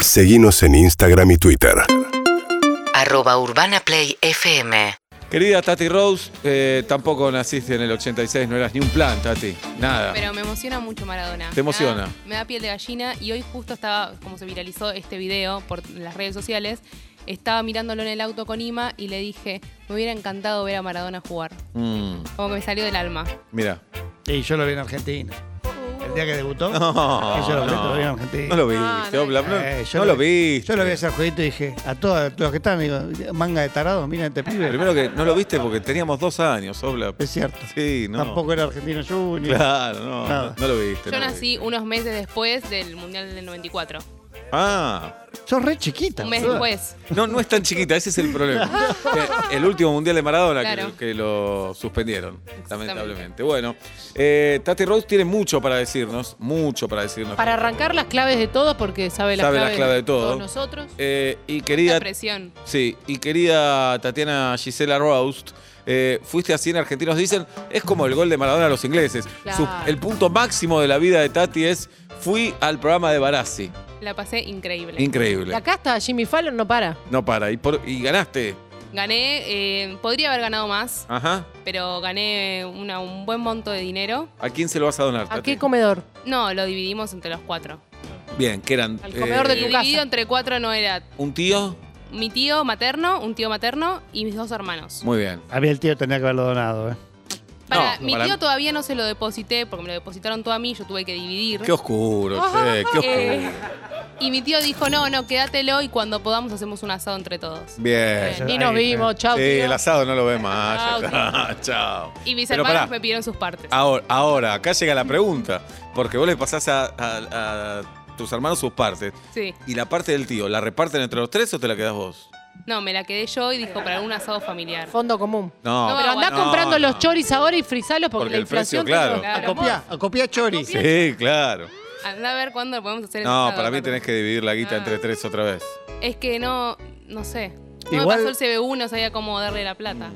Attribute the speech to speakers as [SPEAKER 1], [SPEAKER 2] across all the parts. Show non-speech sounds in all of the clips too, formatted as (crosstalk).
[SPEAKER 1] Seguimos en Instagram y Twitter.
[SPEAKER 2] Arroba Urbana Play FM.
[SPEAKER 3] Querida Tati Rose, eh, tampoco naciste en el 86, no eras ni un plan, Tati. Nada.
[SPEAKER 4] Pero me emociona mucho Maradona.
[SPEAKER 3] Te emociona.
[SPEAKER 4] Me da, me da piel de gallina y hoy justo estaba, como se viralizó este video por las redes sociales, estaba mirándolo en el auto con Ima y le dije, me hubiera encantado ver a Maradona jugar.
[SPEAKER 3] Mm,
[SPEAKER 4] Como que me salió del alma.
[SPEAKER 3] mira.
[SPEAKER 5] Y yo lo vi en Argentina.
[SPEAKER 4] Uh.
[SPEAKER 5] El día que debutó,
[SPEAKER 3] No,
[SPEAKER 5] yo lo vi,
[SPEAKER 3] Ah, no.
[SPEAKER 5] lo vi en Argentina.
[SPEAKER 3] No lo viste,
[SPEAKER 4] Ah, no,
[SPEAKER 3] Obla, no,
[SPEAKER 5] Eh,
[SPEAKER 3] no lo viste.
[SPEAKER 5] Yo lo vi ese jueguito y dije, a todos los que están, digo, manga de tarados, miren este pibe.
[SPEAKER 3] Primero que no lo viste porque teníamos dos años, Obla.
[SPEAKER 5] Es cierto.
[SPEAKER 3] Sí, no.
[SPEAKER 5] Tampoco era argentino junior.
[SPEAKER 3] Claro, no, no,
[SPEAKER 5] Nada.
[SPEAKER 3] no lo viste.
[SPEAKER 4] Yo
[SPEAKER 3] no lo
[SPEAKER 4] nací
[SPEAKER 3] viste.
[SPEAKER 4] unos meses después del Mundial del 94.
[SPEAKER 3] Ah,
[SPEAKER 5] Sos re chiquita.
[SPEAKER 4] Un mes
[SPEAKER 5] boluda.
[SPEAKER 4] después.
[SPEAKER 3] no, no es tan chiquita, ese es el
[SPEAKER 4] (laughs)
[SPEAKER 3] problema. Eh, el último mundial de Maradona que-
[SPEAKER 4] Claro.
[SPEAKER 3] que, lo suspendieron,
[SPEAKER 4] Exactamente.
[SPEAKER 3] lamentablemente. Bueno, eh, Tati Rose tiene mucho para decirnos, mucho para decirnos.
[SPEAKER 6] Para arrancar las claves de todo, porque sabe las
[SPEAKER 3] Sabe las
[SPEAKER 6] claves
[SPEAKER 3] claves de todo.
[SPEAKER 6] todos nosotros.
[SPEAKER 3] Eh, y
[SPEAKER 4] La
[SPEAKER 3] querida
[SPEAKER 4] presión.
[SPEAKER 3] Sí, y querida Tatiana Gisela Roust, eh, fuiste a 100 argentinos. Dicen, es como el gol de Maradona a los ingleses.
[SPEAKER 6] Claro.
[SPEAKER 3] Su- el punto máximo de la vida de Tati es, fui al programa de Barassi.
[SPEAKER 4] La pasé increíble.
[SPEAKER 3] Increíble.
[SPEAKER 6] La casta Jimmy Fallon no para.
[SPEAKER 3] No para, y, por- y ganaste.
[SPEAKER 4] Gané, eh, podría haber ganado más,
[SPEAKER 3] Ajá.
[SPEAKER 4] pero gané una- un buen monto de dinero.
[SPEAKER 3] ¿A quién se lo vas a donar,
[SPEAKER 6] ¿A
[SPEAKER 3] Tati?
[SPEAKER 6] qué comedor?
[SPEAKER 4] No, lo dividimos entre los cuatro.
[SPEAKER 3] Bien, que eran
[SPEAKER 6] Al comedor de
[SPEAKER 4] Y
[SPEAKER 6] tu
[SPEAKER 3] eh,
[SPEAKER 6] casa.
[SPEAKER 4] dividido entre cuatro no era
[SPEAKER 3] un tío.
[SPEAKER 4] mi tío materno, un tío materno y mis dos hermanos.
[SPEAKER 3] Muy bien.
[SPEAKER 5] A mí el tío tenía que haberlo donado, ¿eh?
[SPEAKER 4] Para,
[SPEAKER 3] No,
[SPEAKER 4] mi
[SPEAKER 3] para-
[SPEAKER 4] tío todavía no se lo deposité porque me lo depositaron todo a mí, yo tuve que dividir.
[SPEAKER 3] Qué
[SPEAKER 6] (laughs)
[SPEAKER 3] oscuro, che, qué
[SPEAKER 4] Eh,
[SPEAKER 3] oscuro.
[SPEAKER 4] y mi tío dijo, no, no, quédatelo y cuando podamos hacemos un asado entre todos.
[SPEAKER 3] Bien.
[SPEAKER 6] Ni nos
[SPEAKER 5] Ahí,
[SPEAKER 6] vimos, chau.
[SPEAKER 3] Sí,
[SPEAKER 6] tío.
[SPEAKER 3] el asado no lo ve más. ya
[SPEAKER 6] Chao,
[SPEAKER 3] está. (laughs) Chao.
[SPEAKER 4] Y mis
[SPEAKER 3] Pero
[SPEAKER 4] hermanos
[SPEAKER 3] pará. Ah.
[SPEAKER 4] me pidieron sus partes.
[SPEAKER 3] Ahora, ahora, acá llega la pregunta, porque vos le pasás a, a- a tus hermanos sus partes.
[SPEAKER 4] Sí.
[SPEAKER 3] ¿Y la parte del tío, la reparten entre los tres o te la quedás vos?
[SPEAKER 4] No, me la quedé yo y dijo, para un asado familiar.
[SPEAKER 6] Fondo común.
[SPEAKER 3] No,
[SPEAKER 4] No,
[SPEAKER 6] Pero andá
[SPEAKER 4] bueno.
[SPEAKER 6] comprando
[SPEAKER 3] no.
[SPEAKER 6] los choris ahora y frisalos porque,
[SPEAKER 3] Porque
[SPEAKER 6] la
[SPEAKER 3] el precio,
[SPEAKER 6] inflación.
[SPEAKER 3] claro.
[SPEAKER 6] te lo-
[SPEAKER 4] Claro.
[SPEAKER 5] Acopia, acopia chori.
[SPEAKER 3] Sí, claro.
[SPEAKER 4] Anda a ver cuándo lo podemos hacer el
[SPEAKER 3] No,
[SPEAKER 4] asado,
[SPEAKER 3] para mí
[SPEAKER 4] aparte.
[SPEAKER 3] tenés que dividir la guita
[SPEAKER 4] Ah.
[SPEAKER 3] entre tres otra vez.
[SPEAKER 4] Es que no, no sé. No
[SPEAKER 5] Igual-
[SPEAKER 4] me pasó el CB1, no sabía cómo darle la plata.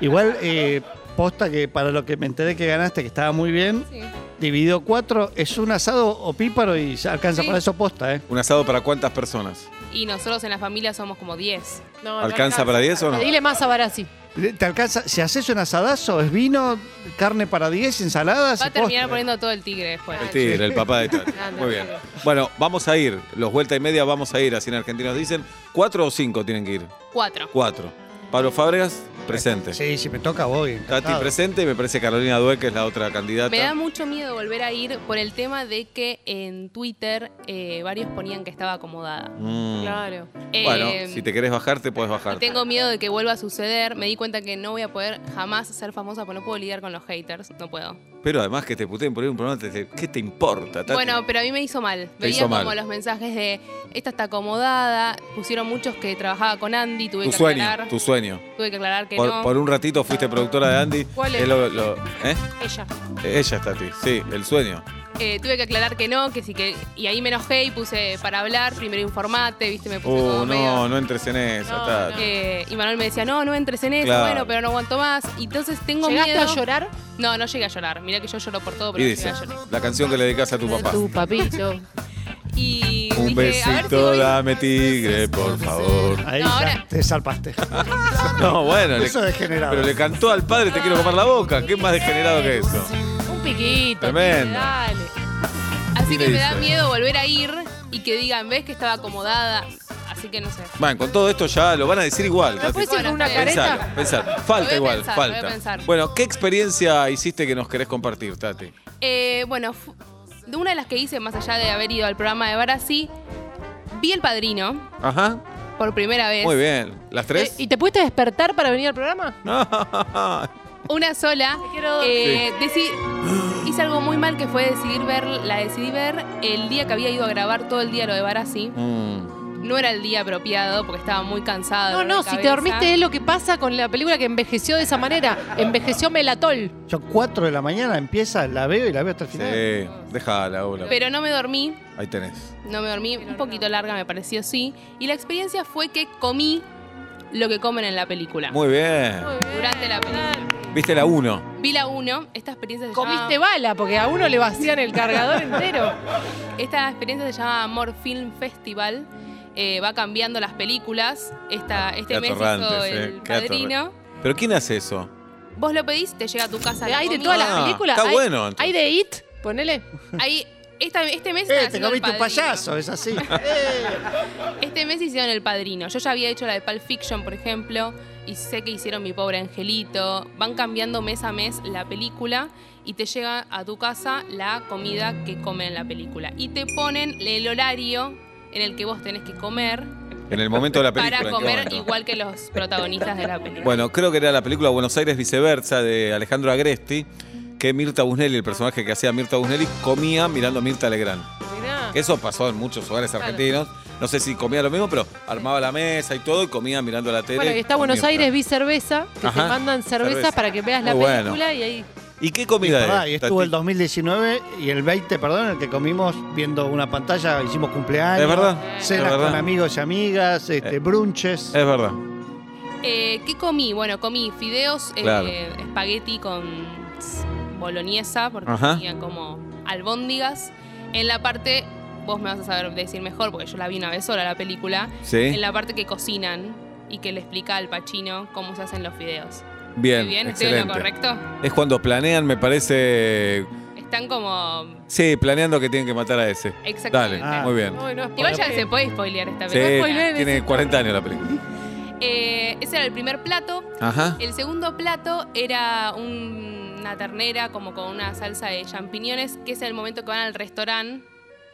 [SPEAKER 5] Igual, eh, posta que para lo que me enteré que ganaste, que estaba muy bien,
[SPEAKER 4] Sí.
[SPEAKER 5] dividido cuatro, es un asado o píparo y se alcanza
[SPEAKER 4] Sí.
[SPEAKER 5] para eso posta, ¿eh?
[SPEAKER 3] ¿Un asado para cuántas personas?
[SPEAKER 4] Y nosotros en la familia somos como
[SPEAKER 3] Ah,
[SPEAKER 4] 10.
[SPEAKER 6] No, no
[SPEAKER 3] ¿Alcanza para 10 o no? Mm.
[SPEAKER 6] Dile más a Barassi.
[SPEAKER 5] Te alcanza, si haces un asadazo, es vino, carne para 10, ensaladas
[SPEAKER 4] Va
[SPEAKER 5] y
[SPEAKER 4] a terminar
[SPEAKER 5] postre.
[SPEAKER 4] poniendo todo el tigre después.
[SPEAKER 3] eh. El tigre, el papá de Tati.
[SPEAKER 6] Grande,
[SPEAKER 3] Muy bien.
[SPEAKER 6] tigre.
[SPEAKER 3] Bueno, vamos a ir. Los vuelta y media vamos a ir. Así en Argentinos dicen. ¿Cuatro o cinco tienen que ir?
[SPEAKER 4] Cuatro.
[SPEAKER 3] Cuatro. Pablo Fábregas, presente.
[SPEAKER 5] Sí, si me toca voy.
[SPEAKER 3] Tati,
[SPEAKER 5] encantado.
[SPEAKER 3] presente. Y me parece Carolina Due, que es la otra candidata.
[SPEAKER 4] Me da mucho miedo volver a ir por el tema de que en Twitter eh, varios ponían que estaba acomodada.
[SPEAKER 3] Mm.
[SPEAKER 6] Claro.
[SPEAKER 3] Bueno,
[SPEAKER 4] Eh,
[SPEAKER 3] si te querés bajarte, puedes
[SPEAKER 4] y
[SPEAKER 3] bajarte.
[SPEAKER 4] tengo miedo de que vuelva a suceder. Me di cuenta que no voy a poder jamás ser famosa porque no puedo lidiar con los haters. No puedo.
[SPEAKER 3] Pero además que te puteen por ir a un programa, te- te- ¿qué te importa? Tati?
[SPEAKER 4] Bueno, pero a mí me hizo mal. Veía
[SPEAKER 3] hizo
[SPEAKER 4] como
[SPEAKER 3] mal.
[SPEAKER 4] los mensajes de esta está acomodada. Pusieron muchos que trabajaba con Andy. Tuve
[SPEAKER 3] tu
[SPEAKER 4] que
[SPEAKER 3] sueño,
[SPEAKER 4] aclarar.
[SPEAKER 3] tu sueño.
[SPEAKER 4] Tuve que aclarar que
[SPEAKER 3] Por,
[SPEAKER 4] no.
[SPEAKER 3] por un ratito fuiste productora de Andy.
[SPEAKER 6] ¿Cuál es?
[SPEAKER 3] lo- lo- ¿eh?
[SPEAKER 6] Ella.
[SPEAKER 3] Ella es Tati, sí, el sueño.
[SPEAKER 4] Eh, tuve que aclarar que no, que sí que. Y ahí me enojé y puse para hablar, primero informate, viste, me puse
[SPEAKER 3] Uh,
[SPEAKER 4] como medio-
[SPEAKER 3] no, no entres en eso,
[SPEAKER 6] No,
[SPEAKER 3] Tati.
[SPEAKER 4] Eh, y Manuel me decía, no, no entres en eso,
[SPEAKER 3] Claro.
[SPEAKER 4] bueno, pero no aguanto más. Y entonces tengo
[SPEAKER 6] ¿Llegaste
[SPEAKER 4] miedo.
[SPEAKER 6] a llorar?
[SPEAKER 4] No, no llegué a llorar. Mira que yo lloro por todo, pero
[SPEAKER 3] Y
[SPEAKER 4] no
[SPEAKER 3] dice,
[SPEAKER 4] llegué a llorar.
[SPEAKER 3] la canción que le dedicas a tu papá.
[SPEAKER 6] Tu papito.
[SPEAKER 4] Y
[SPEAKER 3] Un
[SPEAKER 4] dije, a ver si
[SPEAKER 3] besito,
[SPEAKER 4] voy-
[SPEAKER 3] dame tigre, por favor.
[SPEAKER 5] (laughs) Ahí
[SPEAKER 4] No,
[SPEAKER 5] ya
[SPEAKER 4] ahora-
[SPEAKER 5] te salpaste.
[SPEAKER 3] No, bueno, le-
[SPEAKER 5] Eso degenerado.
[SPEAKER 3] pero le cantó al padre Te quiero comer la boca. ¿Qué más degenerado que eso?
[SPEAKER 6] Un piquito.
[SPEAKER 3] Tremendo.
[SPEAKER 6] Dale.
[SPEAKER 4] Así que
[SPEAKER 3] le
[SPEAKER 4] me da
[SPEAKER 3] dice.
[SPEAKER 4] miedo volver a ir y que digan, ves que estaba acomodada. Así que no sé.
[SPEAKER 3] Bueno, con todo esto ya lo van a decir igual.
[SPEAKER 6] ¿No
[SPEAKER 3] Tati.
[SPEAKER 6] puede ser con una
[SPEAKER 4] Bueno, está
[SPEAKER 6] careta?
[SPEAKER 3] Pensar, pensar. Falta
[SPEAKER 4] Lo voy a
[SPEAKER 3] igual,
[SPEAKER 4] pensar, lo voy a
[SPEAKER 3] falta.
[SPEAKER 4] pensar.
[SPEAKER 3] Bueno, ¿qué experiencia hiciste que nos querés compartir, Tati?
[SPEAKER 4] Eh, bueno, fu- de una de las que hice, más allá de haber ido al programa de Barassi, vi el padrino
[SPEAKER 3] Ajá.
[SPEAKER 4] por primera vez.
[SPEAKER 3] Muy bien. ¿Las tres?
[SPEAKER 4] Eh,
[SPEAKER 6] ¿Y te pudiste despertar para venir al programa?
[SPEAKER 4] Una sola.
[SPEAKER 6] quiero
[SPEAKER 4] Eh, deci- hice algo muy mal que fue decidir ver, la decidí ver el día que había ido a grabar todo el día lo de Barassi.
[SPEAKER 3] (laughs) Mm.
[SPEAKER 4] No era el día apropiado porque estaba muy cansada.
[SPEAKER 6] No,
[SPEAKER 4] dolor de
[SPEAKER 6] no, si te
[SPEAKER 4] cabeza.
[SPEAKER 6] dormiste es lo que pasa con la película que envejeció de esa manera. Envejeció Melatol.
[SPEAKER 5] Yo 4 de la mañana empieza, la veo y la veo hasta el
[SPEAKER 3] Sí,
[SPEAKER 5] final. Eh,
[SPEAKER 3] déjala, Ola.
[SPEAKER 4] Pero no me dormí,
[SPEAKER 3] Ahí tenés.
[SPEAKER 4] no me dormí, un poquito larga me pareció, sí. Y la experiencia fue que comí lo que comen en la película.
[SPEAKER 3] Muy bien.
[SPEAKER 4] Durante la película.
[SPEAKER 3] Viste la 1.
[SPEAKER 4] Vi la 1, esta experiencia se
[SPEAKER 6] Comiste
[SPEAKER 4] llama,
[SPEAKER 6] bala, porque a uno le vacían el cargador entero.
[SPEAKER 4] Esta experiencia se llama More Film Festival. Eh, va cambiando las películas. Esta, este
[SPEAKER 3] Qué
[SPEAKER 4] mes hizo
[SPEAKER 3] atorrantes, eh,
[SPEAKER 4] el
[SPEAKER 3] qué atorrantes.
[SPEAKER 4] padrino.
[SPEAKER 3] ¿Pero quién hace eso?
[SPEAKER 4] Vos lo pedís, te llega a tu casa. la
[SPEAKER 6] Hay de
[SPEAKER 4] comida.
[SPEAKER 6] todas
[SPEAKER 3] Ah,
[SPEAKER 6] las películas.
[SPEAKER 3] está
[SPEAKER 6] hay,
[SPEAKER 3] bueno, entonces.
[SPEAKER 6] Hay de It, ponele.
[SPEAKER 4] Hay- esta- este mes están
[SPEAKER 5] Eh, te
[SPEAKER 4] haciendo El
[SPEAKER 5] comiste un
[SPEAKER 4] Padrino.
[SPEAKER 5] payaso,
[SPEAKER 3] (laughs)
[SPEAKER 5] es así.
[SPEAKER 4] Este mes hicieron El Padrino. Yo ya había hecho la de Pulp Fiction, por ejemplo, y sé que hicieron Mi Pobre Angelito. Van cambiando mes a mes la película y te llega a tu casa la comida que comen en la película. Y te ponen el horario en el que vos tenés que comer
[SPEAKER 3] En el momento de la película.
[SPEAKER 4] para
[SPEAKER 3] ¿en qué
[SPEAKER 4] comer
[SPEAKER 3] momento?
[SPEAKER 4] igual que los protagonistas de la película.
[SPEAKER 3] Bueno, creo que era la película Buenos Aires viceversa de Alejandro Agresti, que Mirta Busnelli, el personaje que hacía Mirta Busnelli, comía mirando a Mirta Legrand.
[SPEAKER 6] Mirá.
[SPEAKER 3] Que Eso pasó en muchos hogares
[SPEAKER 6] Claro.
[SPEAKER 3] argentinos. No sé si comía lo mismo, pero armaba la mesa y todo y comía mirando la tele.
[SPEAKER 6] Bueno, y está
[SPEAKER 3] con
[SPEAKER 6] Buenos
[SPEAKER 3] Mirta.
[SPEAKER 6] Aires, vi cerveza, que
[SPEAKER 3] Ajá,
[SPEAKER 6] te mandan cervezas
[SPEAKER 3] cerveza.
[SPEAKER 6] para que veas la
[SPEAKER 3] Muy bueno.
[SPEAKER 6] película y ahí.
[SPEAKER 3] ¿Y qué
[SPEAKER 5] Y,
[SPEAKER 3] comida
[SPEAKER 5] pará,
[SPEAKER 3] es?
[SPEAKER 5] y estuvo
[SPEAKER 3] Tati?
[SPEAKER 5] el 2019 y el 20, perdón, en el que comimos viendo una pantalla, hicimos cumpleaños.
[SPEAKER 3] Es verdad,
[SPEAKER 5] Cenas
[SPEAKER 3] es verdad.
[SPEAKER 5] con amigos y amigas, este,
[SPEAKER 3] Eh.
[SPEAKER 5] brunches.
[SPEAKER 3] Es verdad.
[SPEAKER 4] Eh, ¿Qué comí? Bueno, comí fideos, eh,
[SPEAKER 3] Claro.
[SPEAKER 4] espagueti con s- boloñesa, porque
[SPEAKER 3] Ajá.
[SPEAKER 4] tenían como albóndigas. En la parte, vos me vas a saber decir mejor, porque yo la vi una vez sola la película,
[SPEAKER 3] Sí.
[SPEAKER 4] en la parte que cocinan y que le explica al Pachino cómo se hacen los fideos.
[SPEAKER 3] Bien.
[SPEAKER 4] ¿Estoy bien? ¿Estoy en
[SPEAKER 3] excelente.
[SPEAKER 4] lo correcto?
[SPEAKER 3] Es cuando planean, me parece.
[SPEAKER 4] Están como...
[SPEAKER 3] Sí, planeando que tienen que matar a ese. Dale,
[SPEAKER 4] Exactamente.
[SPEAKER 5] Ah.
[SPEAKER 3] muy bien.
[SPEAKER 6] Ay, no es
[SPEAKER 4] Igual ya
[SPEAKER 6] posible.
[SPEAKER 4] se puede spoilear esta
[SPEAKER 3] Sí,
[SPEAKER 4] película.
[SPEAKER 6] spoilear
[SPEAKER 3] tiene 40 años la película.
[SPEAKER 4] Eh, ese era el primer plato.
[SPEAKER 3] Ajá.
[SPEAKER 4] El segundo plato era un- una ternera como con una salsa de champiñones, que es el momento que van al restaurante.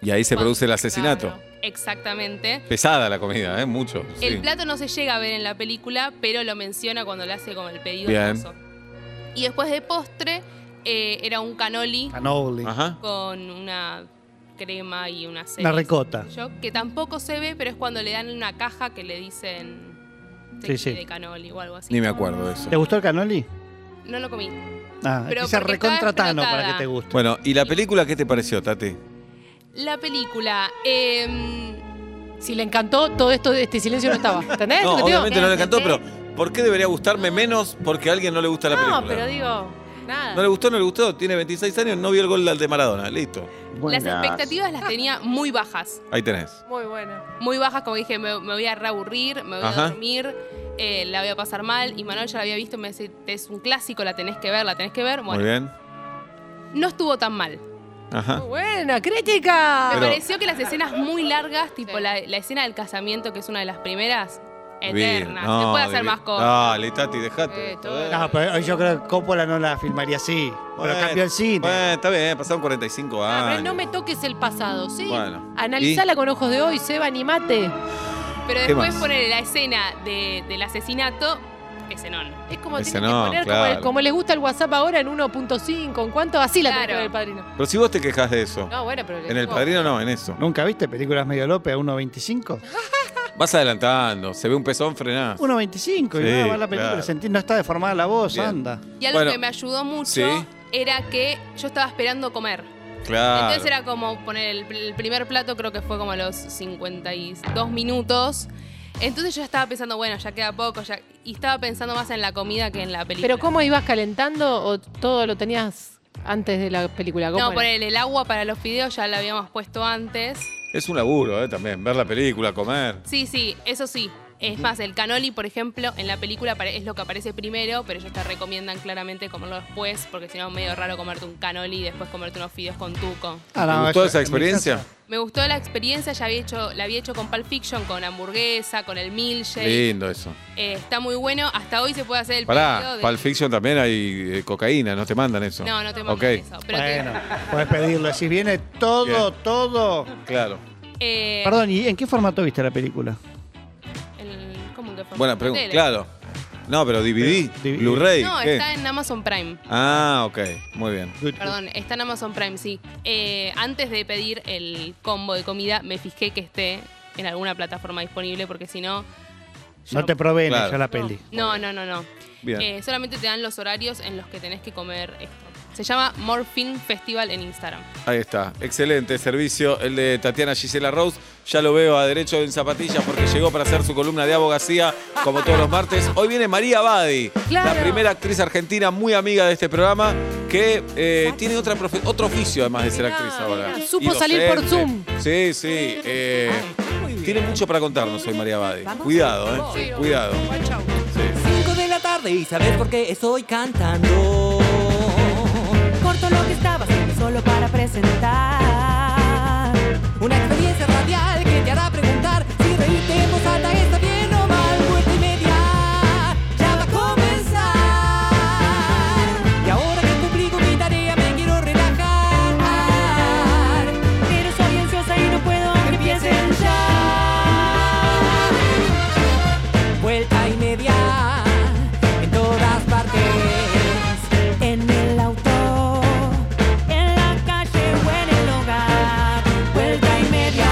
[SPEAKER 3] Y ahí se produce el asesinato.
[SPEAKER 4] Claro, exactamente.
[SPEAKER 3] Pesada la comida, ¿eh? Mucho. sí.
[SPEAKER 4] El plato no se llega a ver en la película, pero lo menciona cuando le hace como el pedido.
[SPEAKER 3] Bien.
[SPEAKER 4] al mozo. Y después de postre eh, era un canoli
[SPEAKER 5] Cannoli.
[SPEAKER 4] Ah.
[SPEAKER 3] Ajá.
[SPEAKER 4] con una crema y una cena.
[SPEAKER 5] Una ricota.
[SPEAKER 4] Yo, que tampoco se ve, pero es cuando le dan una caja que le dicen
[SPEAKER 5] Sí, sí.
[SPEAKER 4] de canoli o algo así.
[SPEAKER 3] Ni me acuerdo de eso.
[SPEAKER 5] ¿Te gustó el cannoli?
[SPEAKER 4] No lo comí.
[SPEAKER 5] Ah,
[SPEAKER 4] Pero
[SPEAKER 5] que se
[SPEAKER 4] porque estaba
[SPEAKER 5] recontratano para
[SPEAKER 4] explotada.
[SPEAKER 5] que te guste.
[SPEAKER 3] Bueno, ¿y la película qué te pareció, Tati?
[SPEAKER 4] La película. em,
[SPEAKER 6] Si le encantó todo esto, de este silencio no estaba. ¿Entendés?
[SPEAKER 3] No,
[SPEAKER 6] lo que te digo?
[SPEAKER 3] obviamente no le encantó, pero ¿por qué debería gustarme menos porque a alguien no le gusta la película?
[SPEAKER 6] No, pero digo, nada.
[SPEAKER 3] No le gustó, no le gustó. Tiene 26 años, no vio el gol de Maradona. Listo.
[SPEAKER 4] las expectativas las tenía muy bajas.
[SPEAKER 3] Ahí tenés.
[SPEAKER 6] Muy bueno.
[SPEAKER 4] Muy bajas, como dije, me, me voy a reaburrir, me voy
[SPEAKER 3] Ajá.
[SPEAKER 4] a dormir, eh, la voy a pasar mal. Y Manuel ya la había visto, me dice, es un clásico, la tenés que ver, la tenés que ver.
[SPEAKER 3] Muy
[SPEAKER 4] Bueno,
[SPEAKER 3] bien.
[SPEAKER 4] no estuvo tan mal.
[SPEAKER 3] Ajá.
[SPEAKER 6] Muy buena, crítica.
[SPEAKER 4] Me
[SPEAKER 3] Pero-
[SPEAKER 4] pareció que las escenas muy largas, tipo
[SPEAKER 6] Sí.
[SPEAKER 4] la, la escena del casamiento, que es una de las primeras,
[SPEAKER 3] Bien.
[SPEAKER 4] Uh, eterna.
[SPEAKER 3] No,
[SPEAKER 4] se puede hacer
[SPEAKER 3] divi-
[SPEAKER 4] más cosas.
[SPEAKER 3] Dale, Tati, dejate.
[SPEAKER 6] Eh, todo.
[SPEAKER 5] No, pero yo creo que Coppola no la filmaría así. Pero
[SPEAKER 3] Bueno,
[SPEAKER 5] cambió el cine.
[SPEAKER 3] Bueno, está bien, pasaron 45
[SPEAKER 6] Ah,
[SPEAKER 3] años.
[SPEAKER 6] pero no me toques el pasado, ¿sí?
[SPEAKER 3] Bueno.
[SPEAKER 6] Analizala con ojos de hoy, Seba, animate.
[SPEAKER 4] Pero
[SPEAKER 3] ¿Qué
[SPEAKER 4] después
[SPEAKER 3] más?
[SPEAKER 4] poner la escena de- del asesinato, ese no. no.
[SPEAKER 6] Es como
[SPEAKER 3] Ese
[SPEAKER 6] tienen
[SPEAKER 3] no,
[SPEAKER 6] que poner como-
[SPEAKER 3] claro.
[SPEAKER 6] como, les gusta el WhatsApp ahora en 1.5, en cuánto, así la tenés que
[SPEAKER 4] Claro.
[SPEAKER 6] ver el padrino.
[SPEAKER 3] Pero si vos te quejas de eso.
[SPEAKER 6] No, bueno, pero le
[SPEAKER 3] En el
[SPEAKER 6] digo-
[SPEAKER 3] padrino no, en eso.
[SPEAKER 5] ¿Nunca viste películas medio López a 1.25?
[SPEAKER 3] Vas adelantando, se ve un pezón, frenás.
[SPEAKER 5] 1.25 y
[SPEAKER 3] Sí,
[SPEAKER 5] nada, va la película.
[SPEAKER 3] claro.
[SPEAKER 5] sentí- no está deformada la voz,
[SPEAKER 3] Bien.
[SPEAKER 5] anda.
[SPEAKER 4] Y algo
[SPEAKER 3] Bueno,
[SPEAKER 4] que me ayudó mucho
[SPEAKER 3] sí.
[SPEAKER 4] era que yo estaba esperando comer.
[SPEAKER 3] Claro.
[SPEAKER 4] Entonces era como poner el, el primer plato, creo que fue como a los 52 minutos. Entonces yo estaba pensando, bueno, ya queda poco, ya, y estaba pensando más en la comida que en la película.
[SPEAKER 6] Pero ¿cómo ibas calentando o todo lo tenías antes de la película? ¿Cómo
[SPEAKER 4] No,
[SPEAKER 6] era?
[SPEAKER 4] poner el agua para los fideos ya la habíamos puesto antes.
[SPEAKER 3] Es un laburo, ¿eh? También, ver la película, comer.
[SPEAKER 4] Sí, sí, eso sí. Es más, el canoli, por ejemplo, en la película apare- es lo que aparece primero, pero ellos te recomiendan claramente comerlo después, porque si no es medio raro comerte un canoli y después comerte unos fideos con tuco.
[SPEAKER 5] Ah,
[SPEAKER 3] ¿Te
[SPEAKER 5] no,
[SPEAKER 3] gustó
[SPEAKER 5] eso-
[SPEAKER 3] esa
[SPEAKER 5] en mi
[SPEAKER 3] experiencia?
[SPEAKER 5] casa-
[SPEAKER 4] Me gustó la experiencia, ya había hecho, la había hecho con Pulp Fiction, con hamburguesa, con el milkshake.
[SPEAKER 3] Lindo eso.
[SPEAKER 4] Eh, está muy bueno. Hasta hoy se puede hacer el
[SPEAKER 3] Pará,
[SPEAKER 4] pedido de-
[SPEAKER 3] Pulp Fiction también hay eh, cocaína, no te mandan eso.
[SPEAKER 4] No, no te
[SPEAKER 3] Ok,
[SPEAKER 4] mandan eso. Pero te-
[SPEAKER 5] Bueno, puedes pedirlo. Si viene todo, todo.
[SPEAKER 3] claro.
[SPEAKER 4] eh,
[SPEAKER 5] Perdón, ¿y en qué formato viste la película?
[SPEAKER 4] el- ¿Cómo que fue?
[SPEAKER 3] Buena
[SPEAKER 4] La
[SPEAKER 3] pregunta,
[SPEAKER 4] tele.
[SPEAKER 3] claro. No, pero DVD,
[SPEAKER 5] DVD.
[SPEAKER 3] Blu-ray,
[SPEAKER 4] No,
[SPEAKER 3] ¿qué?
[SPEAKER 4] está en Amazon Prime.
[SPEAKER 3] Ah, ok, muy bien.
[SPEAKER 4] Perdón, está en Amazon Prime, sí. Eh, antes de pedir el combo de comida, me fijé que esté en alguna plataforma disponible, porque si no. yo
[SPEAKER 5] No te proveen
[SPEAKER 3] Claro.
[SPEAKER 5] ya la peli.
[SPEAKER 4] No, no, no, no.
[SPEAKER 3] Bien.
[SPEAKER 4] Eh, solamente te dan los horarios en los que tenés que comer esto. Se llama Morphine Festival en Instagram.
[SPEAKER 3] Ahí está, excelente servicio el de Tatiana Gisela Rose. Ya lo veo a derecho en zapatillas porque llegó para hacer su columna de abogacía como todos los martes. Hoy viene María Badi, la
[SPEAKER 6] Claro.
[SPEAKER 3] primera actriz argentina muy amiga de este programa que eh, tiene otra profe- otro oficio además de ser actriz ahora.
[SPEAKER 6] mirá.
[SPEAKER 3] Y
[SPEAKER 6] Supo salir por Zoom. Ah,
[SPEAKER 3] Sí, sí. eh, tiene mucho para contarnos hoy María Badi. Cuidado, eh. Cuidado. Sí.
[SPEAKER 7] 5 de la tarde y sabes por qué estoy cantando.
[SPEAKER 8] Corto lo que estaba haciendo solo para presentar.
[SPEAKER 7] Una experiencia radial que te hará preguntar si reírte en voz alta está bien o mal. Vuelta y media ya va a comenzar. Y ahora que cumplí con mi tarea me quiero relajar.
[SPEAKER 8] Pero soy ansiosa y no puedo que empiecen ya.
[SPEAKER 7] Vuelta y media en todas partes.
[SPEAKER 8] En el auto, en la calle o en el hogar. Vuelta y media.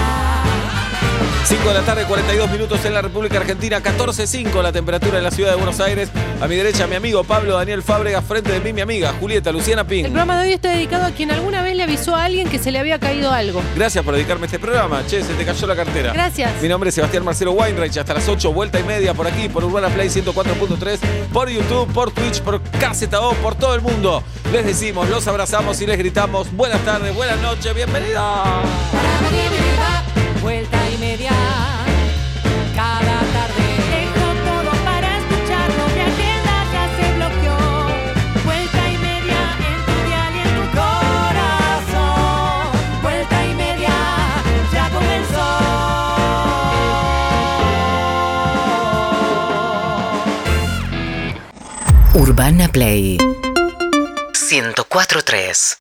[SPEAKER 3] 5 de la tarde, 42 minutos en la República Argentina, 14.5 la temperatura en la ciudad de Buenos Aires. A mi derecha, mi amigo Pablo Daniel Fábrega, frente de mí, mi amiga Julieta Luciana
[SPEAKER 6] El
[SPEAKER 3] Ping.
[SPEAKER 6] programa de hoy está dedicado a quien alguna vez le avisó a alguien que se le había caído algo.
[SPEAKER 3] Gracias por dedicarme a este programa. Che, se te cayó la cartera.
[SPEAKER 6] Gracias.
[SPEAKER 3] Mi nombre es Sebastián Marcelo Weinreich. Hasta las 8, vuelta y media por aquí, por Urbana Play 104.3, por YouTube, por Twitch, por KZO, por todo el mundo. Les decimos, los abrazamos y les gritamos buenas tardes, buenas noches, bienvenidos.
[SPEAKER 7] Vuelta y media cada tarde.
[SPEAKER 8] Dejo todo para escuchar, no mi agenda ya se bloqueó. Vuelta y media en tu dial y en tu corazón. Vuelta y media ya comenzó.
[SPEAKER 2] Urbana Play 104.3